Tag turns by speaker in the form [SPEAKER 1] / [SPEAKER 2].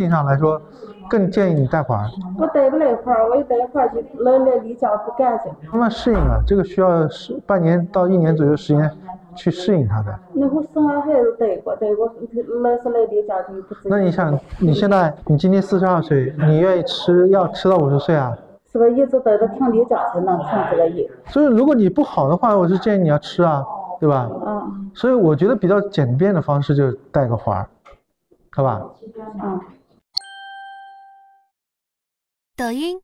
[SPEAKER 1] 定上来说，更建议你贷款。
[SPEAKER 2] 我贷不来款，我一贷款就老来离家不干净。
[SPEAKER 1] 慢慢适应啊，这个需要是半年到一年左右时间去适应它的。
[SPEAKER 2] 那我生完孩子贷过，贷过老是来离家就不自由
[SPEAKER 1] 那你想，你现在你今年四十二岁，你愿意吃要吃到五十岁啊？
[SPEAKER 2] 是吧？一直待着挺离家才能存这个亿。
[SPEAKER 1] 所以如果你不好的话，我是建议你要吃啊，对吧？
[SPEAKER 2] 嗯
[SPEAKER 1] 所以我觉得比较简便的方式就是带个环儿，好吧？
[SPEAKER 2] 嗯。
[SPEAKER 3] 抖音、